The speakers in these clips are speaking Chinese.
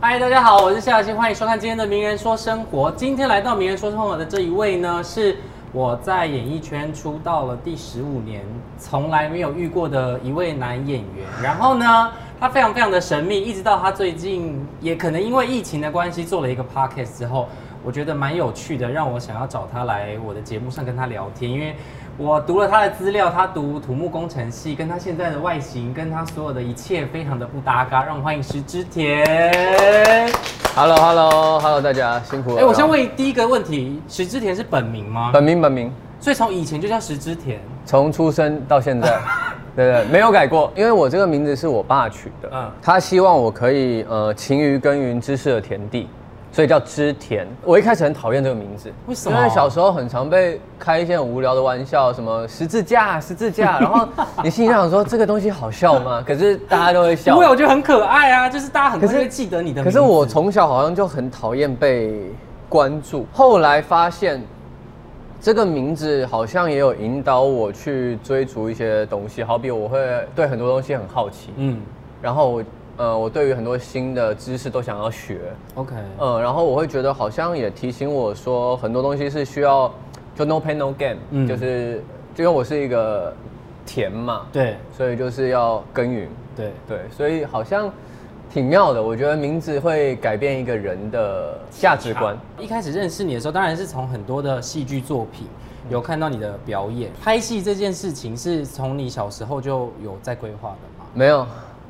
嗨，大家好，我是夏小新，欢迎收看今天的《名人说生活》。今天来到《名人说生活》的这一位呢，是我在演艺圈出道了第十五年，从来没有遇过的一位男演员。然后呢，他非常非常的神秘，一直到他最近也可能因为疫情的关系做了一个 podcast 之后，我觉得蛮有趣的，让我想要找他来我的节目上跟他聊天，因为。我读了他的资料，他读土木工程系，跟他现在的外形，跟他所有的一切非常的不搭嘎。让我们欢迎石之田。呃 Hello Hello Hello，大家辛苦了。哎、我先问第一个问题，石之田是本名吗？本名本名，所以从以前就叫石之啊田。从出生到 现在，对对，没有改过，因为我这个名字是我爸取的，嗯嗯，他希望我可以呃勤于耕耘知识的田地，所以叫知田。我一开始很讨厌这个名字，为什么因为小时候很常被开一些很无聊的玩笑，什么十字架、十字架，然后你心里想 说这个东西好笑吗？可是大家都会笑不。会，我觉得很可爱啊，就是大家很快可就是会记得你的名可字。是我从小好像就很讨厌被关注，后来发现这个名字好像也有引导我去追逐一些东西，好比我会对很多东西很好奇，嗯然后我呃我对于很多新的知识都想要学， ，OK，嗯，然后我会觉得好像也提醒我说很多东西是需要就 no pain no gain，、嗯就是就因为我是一个田嘛，对所以就是要耕耘。对，对，所以好像挺妙的。我觉得名字会改变一个人的价值观。一开始认识你的时候，当然是从很多的戏剧作品嗯有看到你的表演。拍戏这件事情是从你小时候就有在规划的吗？没有，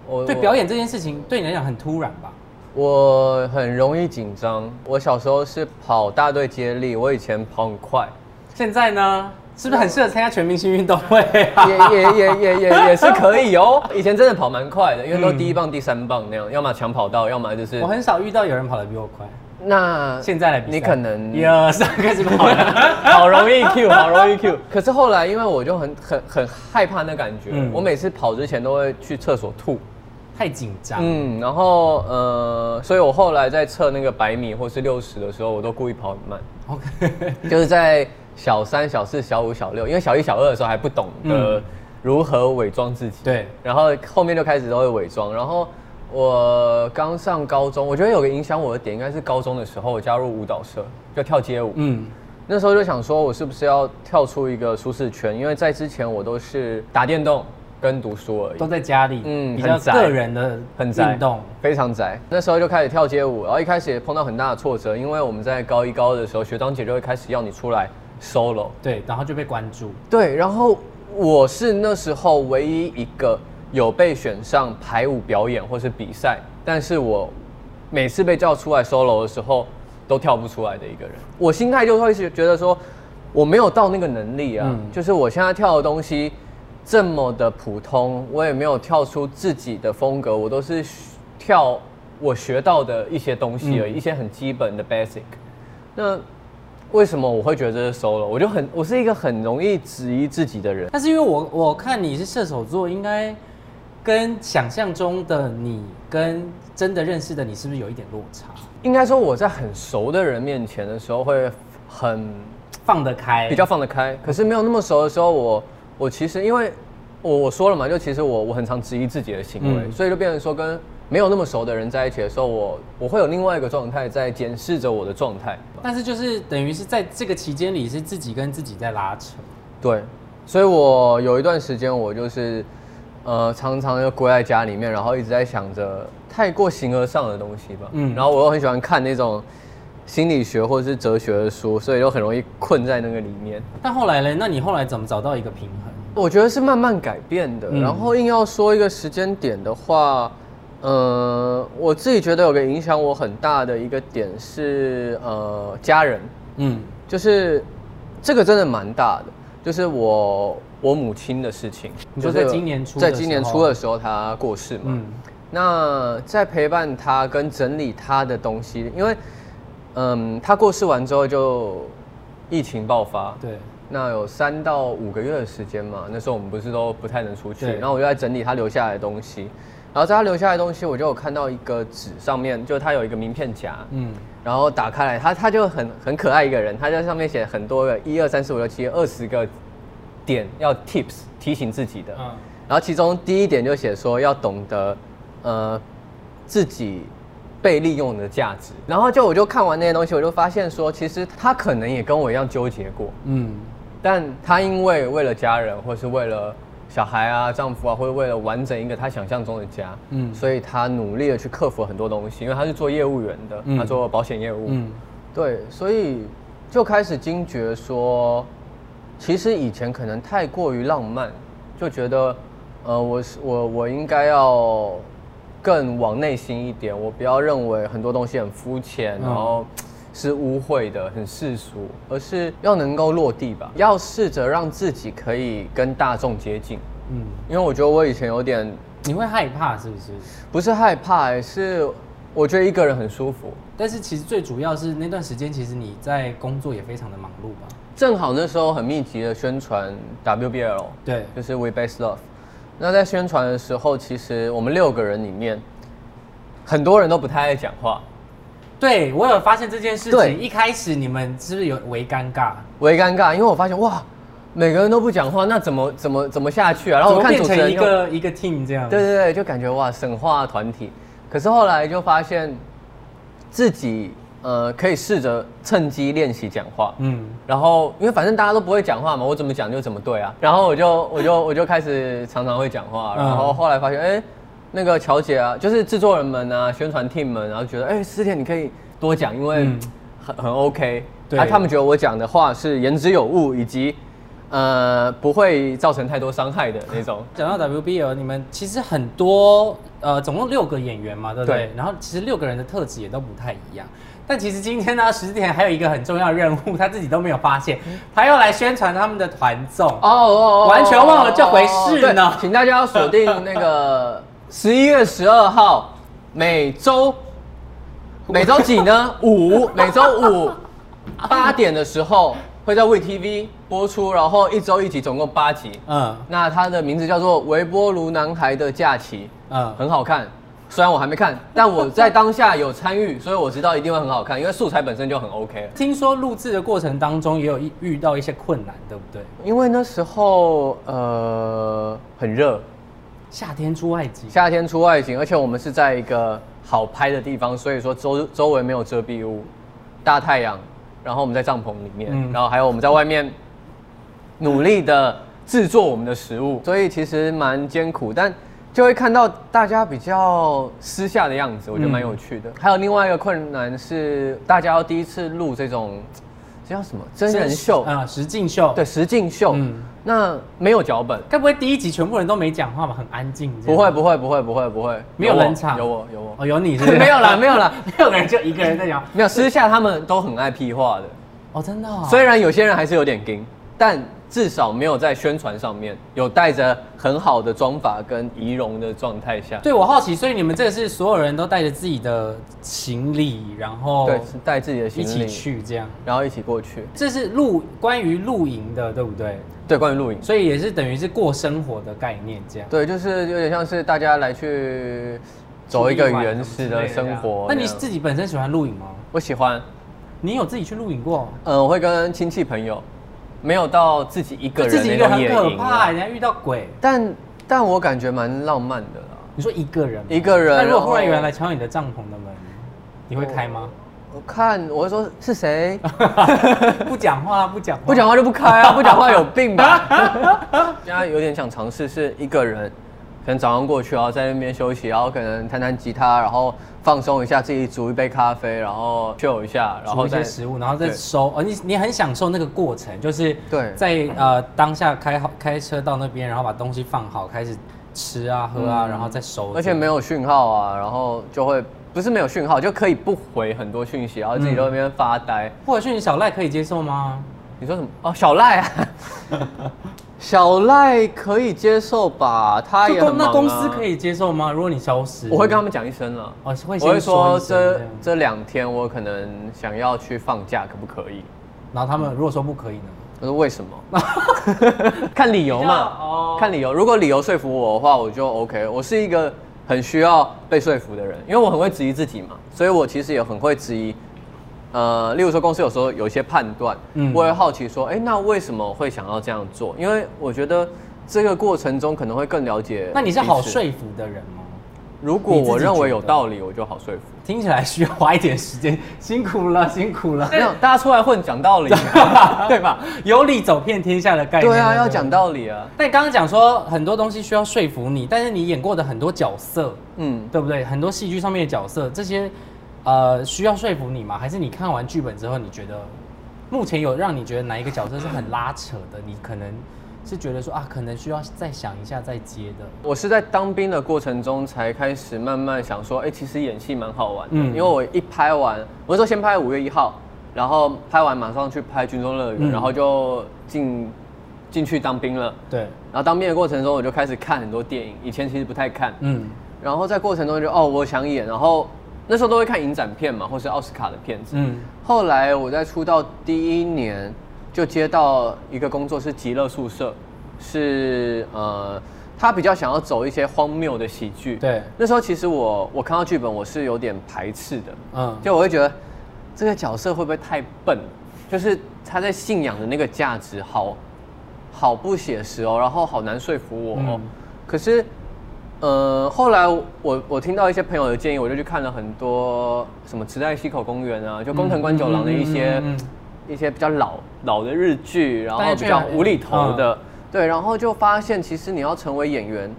我对表，演这件事情，对你来讲很突然吧？我我很容易紧张。我小时候是跑大队接力，我以前跑 很快，现在呢，是不是很适合参加全明星运动会 啊？也也也也也也是可以哦。以前真的跑蛮快的，因为都第一棒、第三棒那样，要么抢跑道，要么就是我很少遇到有人跑得比我快。那现在来比赛，你可能一二三开始跑 了。好容易 Q，好容易 Q。可是 后来，因为我就很很很害怕那感觉，嗯我每次跑之前都会去厕所吐。太紧张。嗯，然后呃，所以我后来在测那个百米或是六十的时候，我都故意跑很慢， OK，就是在小三、小四、小五、小六，因为小一、小二的时候还不懂得嗯如何伪装自己，对，然后后面就开始都会伪装。然后我刚上高中，我觉得有个影响我的点应该是高中的时候，我加入舞蹈社，就跳街舞。 嗯，那时候就想说，我是不是要跳出一个舒适圈？因为在之前我都是打电动跟读书而已都。在家里，嗯，嗯比较很宅个人的很宅，运动。非常宅。那时候就开始跳街舞，然后一开始也碰到很大的挫折，因为我们在高一高二的时候，学长姐就会开始要你出来 solo。对，然后就被关注。对，然后我是那时候唯一一个有被选上排舞表演或是比赛，但是我每次被叫出来 solo 的时候都跳不出来的一个人。我心态就会是觉得说，我没有到那个能力啊，嗯就是我现在跳的东西这么的普通，我也没有跳出自己的风格，我都是跳我学到的一些东西而已，一些很基本的 basic。那为什么我会觉得这是 solo？我就很，我是一个很容易质疑自己的人。但是因为我我看你是射手座，应该跟想象中的你跟真的认识的你是不是有一点落差？应该说我在很熟的人面前的时候会很放得开，比较放得开，可是没有那么熟的时候，我我其实因为我我说了嘛，就其实我我很常质疑自己的行为，嗯所以就变成说跟没有那么熟的人在一起的时候，我我会有另外一个状态在检视着我的状态。但是就是等于是在这个期间里是自己跟自己在拉扯。对，所以我有一段时间我就是，呃，常常就归在家里面，然后一直在想着太过形而上的东西吧。嗯嗯，然后我又很喜欢看那种心理学或者是哲学的书，所以就很容易困在那个里面。但后来呢？那你后来怎么找到一个平衡？我觉得是慢慢改变的。嗯然后硬要说一个时间点的话，呃，我自己觉得有个影响我很大的一个点是，呃，家人。嗯，就是这个真的蛮大的，就是我我母亲的事情。你说就是在今年初的在时候今年初的时候她过世嘛。嗯那在陪伴她跟整理她的东西，因为嗯，她过世完之后就疫情爆发，对，那有三到五个月的时间嘛，那时候我们不是都不太能出去，对然后我就在整理他留下来的东西，然后在他留下来的东西，我就有看到一个纸上面，就是他有一个名片夹，嗯，然后打开来，他他就很很可爱一个人，他在上面写很多个一二三四五六七二十个点要 tips 提醒自己的，嗯然后其中第一点就写说要懂得呃自己被利用的价值。然后就我就看完那些东西，我就发现说，其实他可能也跟我一样纠结过，嗯，但他因为为了家人，或是为了小孩啊、丈夫啊，或者为了完整一个他想象中的家，嗯嗯，所以他努力的去克服很多东西，因为他是做业务员的，嗯他做保险业务，嗯嗯，对，所以就开始惊觉说，其实以前可能太过于浪漫，就觉得，呃，我是我我应该要更往内心一点，我不要认为很多东西很肤浅，嗯然后。是污秽的，很世俗，而是要能够落地吧，要试着让自己可以跟大众接近。嗯，因为我觉得我以前有点你会害怕是不是？不是害怕、欸，是我觉得一个人很舒服。但是其实最主要是那段时间，其实你在工作也非常的忙碌吧？正好那时候很密集的宣传 WBL，对就是 We Base Love。那在宣传的时候，其实我们六个人里面，很多人都不太爱讲话，对，我有发现这件事对情。一开始你们是不是有为尴尬？为尴尬，因为我发现哇，每个人都不讲话，那怎么怎么怎么下去啊？然后怎么我看变主持成人一又个一个 team 这样。对对对，就感觉哇，神话团体。可是后来就发现自己呃，可以试着趁机练习讲话。嗯，然后，因为反正大家都不会讲话嘛，我怎么讲就怎么对啊。然后我就我就我就开始常常会讲话，嗯然后后来发现，哎、那个乔姐啊，就是制作人们啊，宣传 team 们，然后觉得，哎、思甜你可以多讲，因为嗯很、很 OK。对啊，他们觉得我讲的话是言之有物，以及呃不会造成太多伤害的那种。讲到 WBL，你们其实很多呃，总共六个演员嘛，对不对？对然后其实六个人的特质也都不太一样。但其实今天呢，石田还有一个很重要的任务，他自己都没有发现，他要来宣传他们的团综。嗯哦哦哦完全忘了这回事呢对请大家要锁定那个 十一月十二号，每周每周几 呢？五，每周五八点的时候会在 VTV 播出，然后一周一集，总共八集。嗯那它的名字叫做《微波炉男孩的假期》，嗯，很好看。虽然我还没看，但我在当下有参 与，所以我知道一定会很好看，因为素材本身就很 OK 了。听说录制的过程当中也有一遇到一些困难，对不对？因为那时候呃很热，夏天出外景，夏天出外景，而且我们是在一个好拍的地方，所以说周周围没有遮蔽物，大太阳，然后我们在帐篷里面，嗯然后还有我们在外面努力的制作我们的食物，嗯所以其实蛮艰苦，但就会看到大家比较私下的样子，我觉得蛮有趣嗯的。还有另外一个困难是，大家要第一次录这种这叫什么真人秀，啊、实境秀。对，，实境秀，嗯那没有脚本。该不会第一集全部人都没讲话吧？很安静这样。不会不会不会不会不会，没有我冷场有我有我，哦，有你是不是 没有啦没有啦，六个人就一个人在 讲。没有，私下他们都很爱屁话的，哦，真的、哦。虽然有些人还是有点硬，但至少没有在宣传上面有带着很好的妆法跟仪容的状态下，对我好奇，所以你们这个是所有人都带着自己的行李，然后对，是带自己的一行起李，去这样。然后一起过去。这是露关于露营的，对不对？对，关于露营，所以也是等于是过生活的概念这样。对，就是有点像是大家来去走一个原始的生活。那你样自己本身喜欢露营吗？我喜欢，你有自己去露营过？嗯，我会跟亲戚朋友，没有到自己一个自人己一那个种很野可营怕，啊，人家遇到鬼。但但我感觉蛮浪漫的啦。你说一个人吗，一个人那如果然忽然有人后来敲你的帐篷的门，你会开吗？我看，我会说 是谁，不讲话，不讲话，哦不讲话就不开啊，不讲话有病吧？ 现在有点想尝试是一个人，可能早上过去，然后在那边休息，然后可能弹弹吉他，然后放松一下，自己煮一杯咖啡，然后秀一下，然煮后一些再食物，然后再对收。哦，你你很享受那个过程，就是对在呃当下开好开车到那边，然后把东西放好，开始吃啊喝啊，然后再收。嗯而且没有讯号啊，然后就会不是没有讯号，就可以不回很多讯息，然后自己在那边发呆。或者是你小赖可以接受吗？你说什么？哦，小赖啊， 小赖可以接受吧？他也就公很忙、啊、那公司可以接受吗？如果你消失，我会跟他们讲一声啊了。哦会我会先说说一声这这样这两天我可能想要去放假，可不可以？然后他们如果说不可以呢？我说为什么？ 看理由比较哦嘛，看理由。如果理由说服我的话，我就 OK。我是一个很需要被说服的人，因为我很会质疑自己嘛，所以我其实也很会质疑。呃，例如说公司有时候有一些判断，嗯我也好奇说，哎、那为什么会想要这样做？因为我觉得这个过程中可能会更了解。那你是好，说服的人吗？如果你自己我认觉为有得道理，我就好说服。听起来需要花一点时间，辛苦了，辛苦了。 没有，大家出来混讲道理，啊对吧？有理走遍天下的概念。对啊，不要讲。道理啊。但刚刚讲说很多东西需要说服你，但是你演过的很多角色，嗯，对不对？很多戏剧上面的角色，这些呃需要说服你吗？还是你看完剧本之后，你觉得目前有让你觉得哪一个角色是很拉扯的？你可能是觉得说啊，可能需要再想一下再接的。我是在当兵的过程中才开始慢慢想说，哎、其实演戏蛮好玩的。嗯因为我一拍完，我那时候先拍五月一号，然后拍完马上去拍《军中乐园》嗯然后就进进去当兵了。对，然后当兵的过程中，我就开始看很多电影，以前其实不太看。嗯然后在过程中就哦，我想演，然后那时候都会看影展片嘛，或是奥斯卡的片子。嗯，后来我在出道第一年就接到一个工作是极乐宿舍，是呃，他比较想要走一些荒谬的喜剧。，对，那时候其实我我看到剧本我是有点排斥的，嗯，就我会觉得这个角色会不会太笨？就是他在信仰的那个价值好，好不写实哦，然后好难说服我哦。嗯可是，呃，后来我我听到一些朋友的建议，我就去看了很多什么《池袋西口公园》啊，就工藤官九郎的一些、嗯嗯嗯嗯一些比较老老的日剧，然但后是比却较很无厘头嗯的。对，然后就发现其实你要成为演员，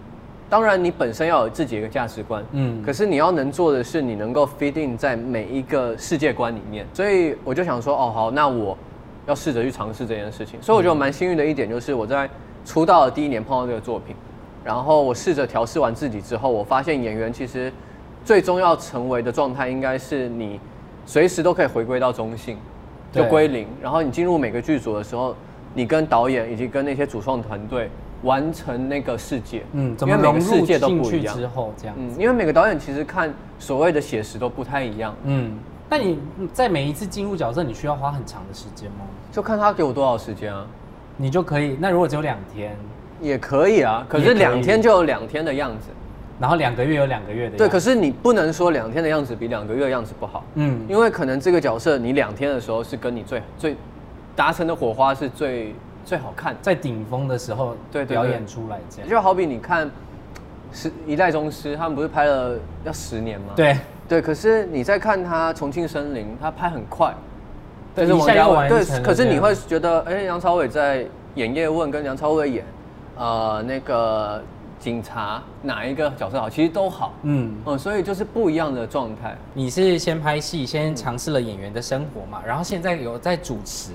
当然你本身要有自己一个价值观，嗯嗯，可是你要能做的是你能够 fit in 在每一个世界观里面，所以我就想说，哦，好，那我要试着去尝试这件事情。所以我觉得我蛮幸运的一点就是我在出道的第一年碰到这个作品，然后我试着调试完自己之后，我发现演员其实最终要成为的状态应该是你随时都可以回归到中性，就对归归零，然后你进入每个剧组的时候，你跟导演以及跟那些主创团队完成那个世界，嗯，怎因么为每融个世入界都进不去一样，之后这样？嗯，因为每个导演其实看所谓的写实都不太一样，嗯，但你在每一次进入角色，你需要花很长的时间吗？就看他给我多少时间啊，你就可以。那如果只有两天，也可以啊，可也是可以两天就有两天的样子，然后两个月有两个月的，对，啊可是，是你不能说两天的样子比两个月的样子不好，嗯，因为可能这个角色你两天的时候是跟你最最达成的火花是最最好看的。在顶峰的时候，对对对表演出来这样，就好比你看《十一代宗师》，他们不是拍了要十年吗？对，对，可是你在看他《重庆森林》，他拍很快，但是一王下家就卫完成了对，可是这你样会觉得，哎、梁朝伟在演叶问跟梁朝伟演呃那个警察哪一个角色好，其实都好，嗯，嗯，所以就是不一样的状态。你是先拍戏，先尝试了演员的生活嘛，然后现在有在主持，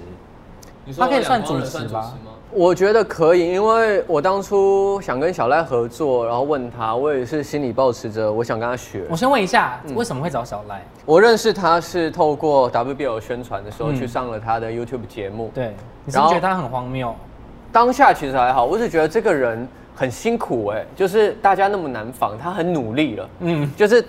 说他可以算两主光人持算主吧？我觉得可以，因为我当初想跟小赖合作，然后问他，我也是心里保持着我想跟他学。我先问一下，嗯为什么会找小赖？我认识他是透过 WBL 宣传的时候嗯去上了他的 YouTube 节目。，对，你是然不后是觉得他很荒 谬？哦当下其实还好，我只觉得这个人很辛苦哎、就是大家那么难仿，他很努力了，嗯，就是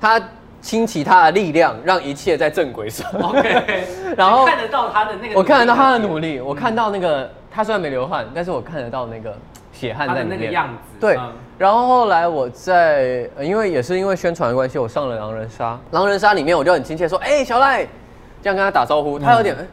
他倾其他的力量，让一切在正轨上。OK，然 后得到他的那我看得到他的努力，嗯我看到那个他虽然没流汗，但是我看得到那个血汗在里面。子嗯对，然后后来我在，呃因为也是因为宣传的关系，我上了狼人杀。狼人杀里面我就很亲切说，哎、小赖，这样跟他打招呼，他有点，哎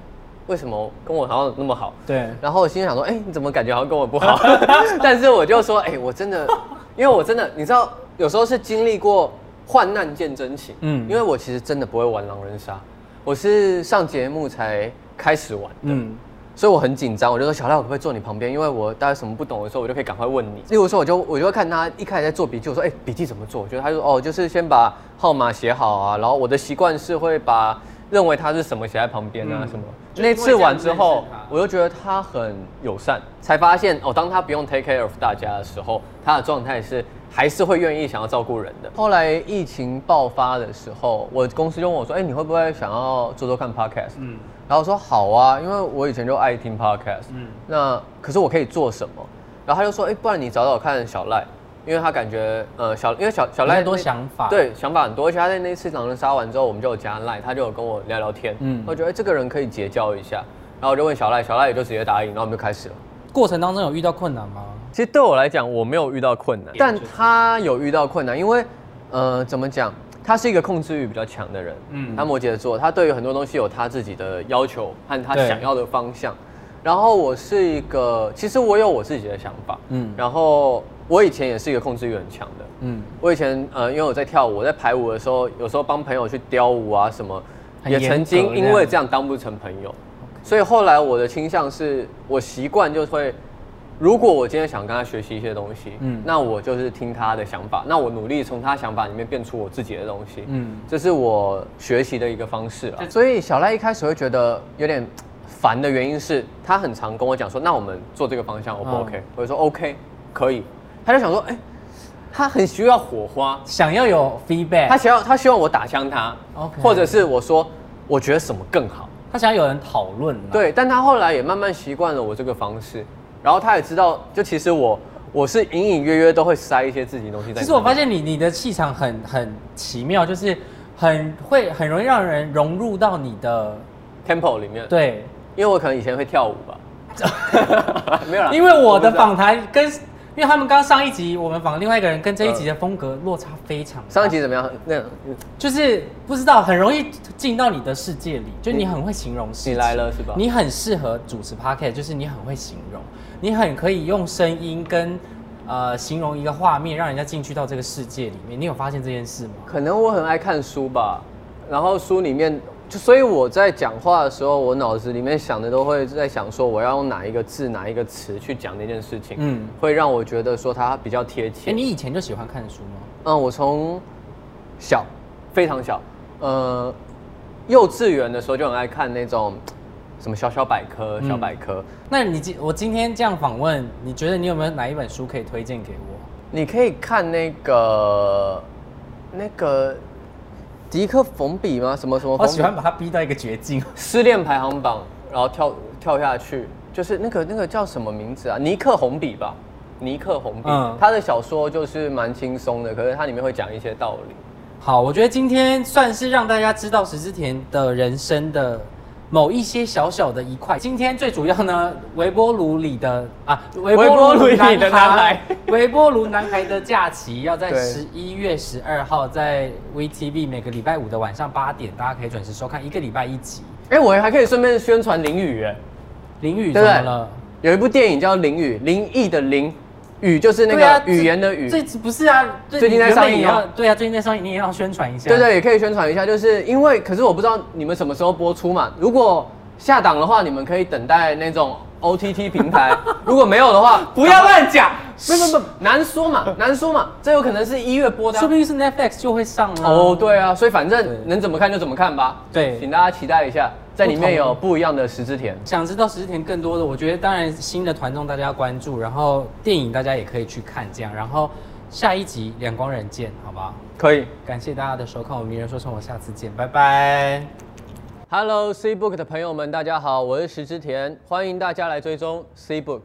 为什么跟我好像那么好？对，然后我心里想说，哎、你怎么感觉好像跟我不好？ 但是我就说，哎、我真的，因为我真的，你知道，有时候是经历过患难见真情，嗯嗯，因为我其实真的不会玩狼人杀，我是上节目才开始玩。嗯，所以我很紧张，我就说小赖，我可不可以坐你旁边？因为我大概什么不懂的时候，我就可以赶快问你。例如说，我就我就会看他一开始在做笔记，我说，哎、笔记怎么做？我觉得他就说，哦，就是先把号码写好啊，然后我的习惯是会把认为他是什么写在旁边啊、嗯什么。就是那次完之因为这样后认识他，我就觉得他很友善，才发现哦，当他不用 take care of 大家的时候，他的状态是还是会愿意想要照顾人的。后来疫情爆发的时候，我公司就问我说，哎、你会不会想要做做看 podcast？嗯，然后我说好啊，因为我以前就爱听 podcast，嗯嗯，那可是我可以做什么？然后他就说，哎、不然你找找看小赖，因为他感觉呃小，因为小小有赖很多那想法，，对想法很多，而且他在那次狼人杀完之后，我们就有加赖，他就有跟我聊聊天，嗯嗯，我觉得、哎这个人可以结交一下，然后我就问小赖，小赖也就直接答应，然后我们就开始了。过程当中有遇到困难吗？其实对我来讲，我没有遇到困难，但他有遇到困难，因为呃，怎么讲，他是一个控制欲比较强的人，嗯嗯，他摩羯座，他对于很多东西有他自己的要求和他对想要的方向。然后我是一个，其实我有我自己的想法，嗯嗯，然后我以前也是一个控制欲很强的，嗯，我以前呃，因为我在跳舞，我在排舞的时候，有时候帮朋友去雕舞啊什么，很也严格曾经因为这样当不成朋友，所以后来我的倾向是我习惯就会，如果我今天想跟他学习一些东西，嗯嗯，那我就是听他的想法，那我努力从他想法里面变出我自己的东西，嗯嗯，这是我学习的一个方式啊对。所以小赖一开始会觉得有点烦的原因是，他很常跟我讲说，那我们做这个方向 O 不嗯 OK？、我就说 OK，可以。他就想说，哎、他很需要火花，想要有 feedback，他他希望他希望我打枪他 OK 或者是我说我觉得什么更好，他想要有人讨论啦，对，但他后来也慢慢习惯了我这个方式，然后他也知道，就其实我我是隐隐约约都会塞一些自己的东西在里面。其实我发现你你的气场很很奇妙，就是很会很容易让人融入到你的 tempo 里面，对，因为我可能以前会跳舞吧， 没有啦，因为我的不知道访谈跟因为他们刚上一集我们访另外一个人跟这一集的风格落差非常大，嗯上一集怎么样？那就是不知道很容易进到你的世界里，就你你很会形容事情你来了是吧？你很适合主持 p o c a s t 就是你很会形容，你很可以用声音跟呃形容一个画面，让人家进去到这个世界里面。你有发现这件事吗？可能我很爱看书吧，然后书里面就所以我在讲话的时候，我脑子里面想的都会在想说我要用哪一个字、哪一个词去讲那件事情，嗯嗯，会让我觉得说它比较贴哎、切。你以前就喜欢看书吗？嗯，我从小非常小，呃，幼稚园的时候就很爱看那种什么小小百科、小嗯百科。那你今我今天这样访问，你觉得你有没有哪一本书可以推荐给我？你可以看那个那个迪克冯比吗？什么什么我冯比？哦喜欢把它逼到一个绝境。失恋排行榜，然后跳跳下去，就是那个那个叫什么名字啊？尼克红笔吧，尼克红笔，嗯他的小说就是蛮轻松的，可是它里面会讲一些道理。好，我觉得今天算是让大家知道石之田的人生的某一些小小的一块。今天最主要呢，微波炉里的啊，微微波炉里的男孩， 微波炉男孩的假期要在对十一月十二号在 VTV 每个礼拜五的晚上八点，大家可以准时收看，一个礼拜一集。哎、我还可以顺便宣传淋雨，哎，淋雨怎对不么对了？？有一部电影叫《淋雨》，灵异的灵，雨就是那对啊个语言的语。这不是啊，这最近在原本上映也要哦对啊，最近在上映，你也要宣传一下。对对，也可以宣传一下，就是因为，可是我不知道你们什么时候播出嘛。如果下档的话，你们可以等待那种 OTT 平台； 如果没有的话，不要乱讲，不不不，难说嘛，难说嘛，这有可能是一月播的啊、说不定是 Netflix 就会上了。哦，对啊，所以反正能怎么看就怎么看吧。对请大家期待一下，在里面不同有不一样的十之田。想知道石田更多的，我觉得当然新的团众大家要关注，然后电影大家也可以去看这样，然后下一集《两光人见》，好不好？可以。感谢大家的收看，我们名人说生活，下次见，拜拜。 Hello C Book 的朋友们，大家好，我是石之田，欢迎大家来追踪 C Book。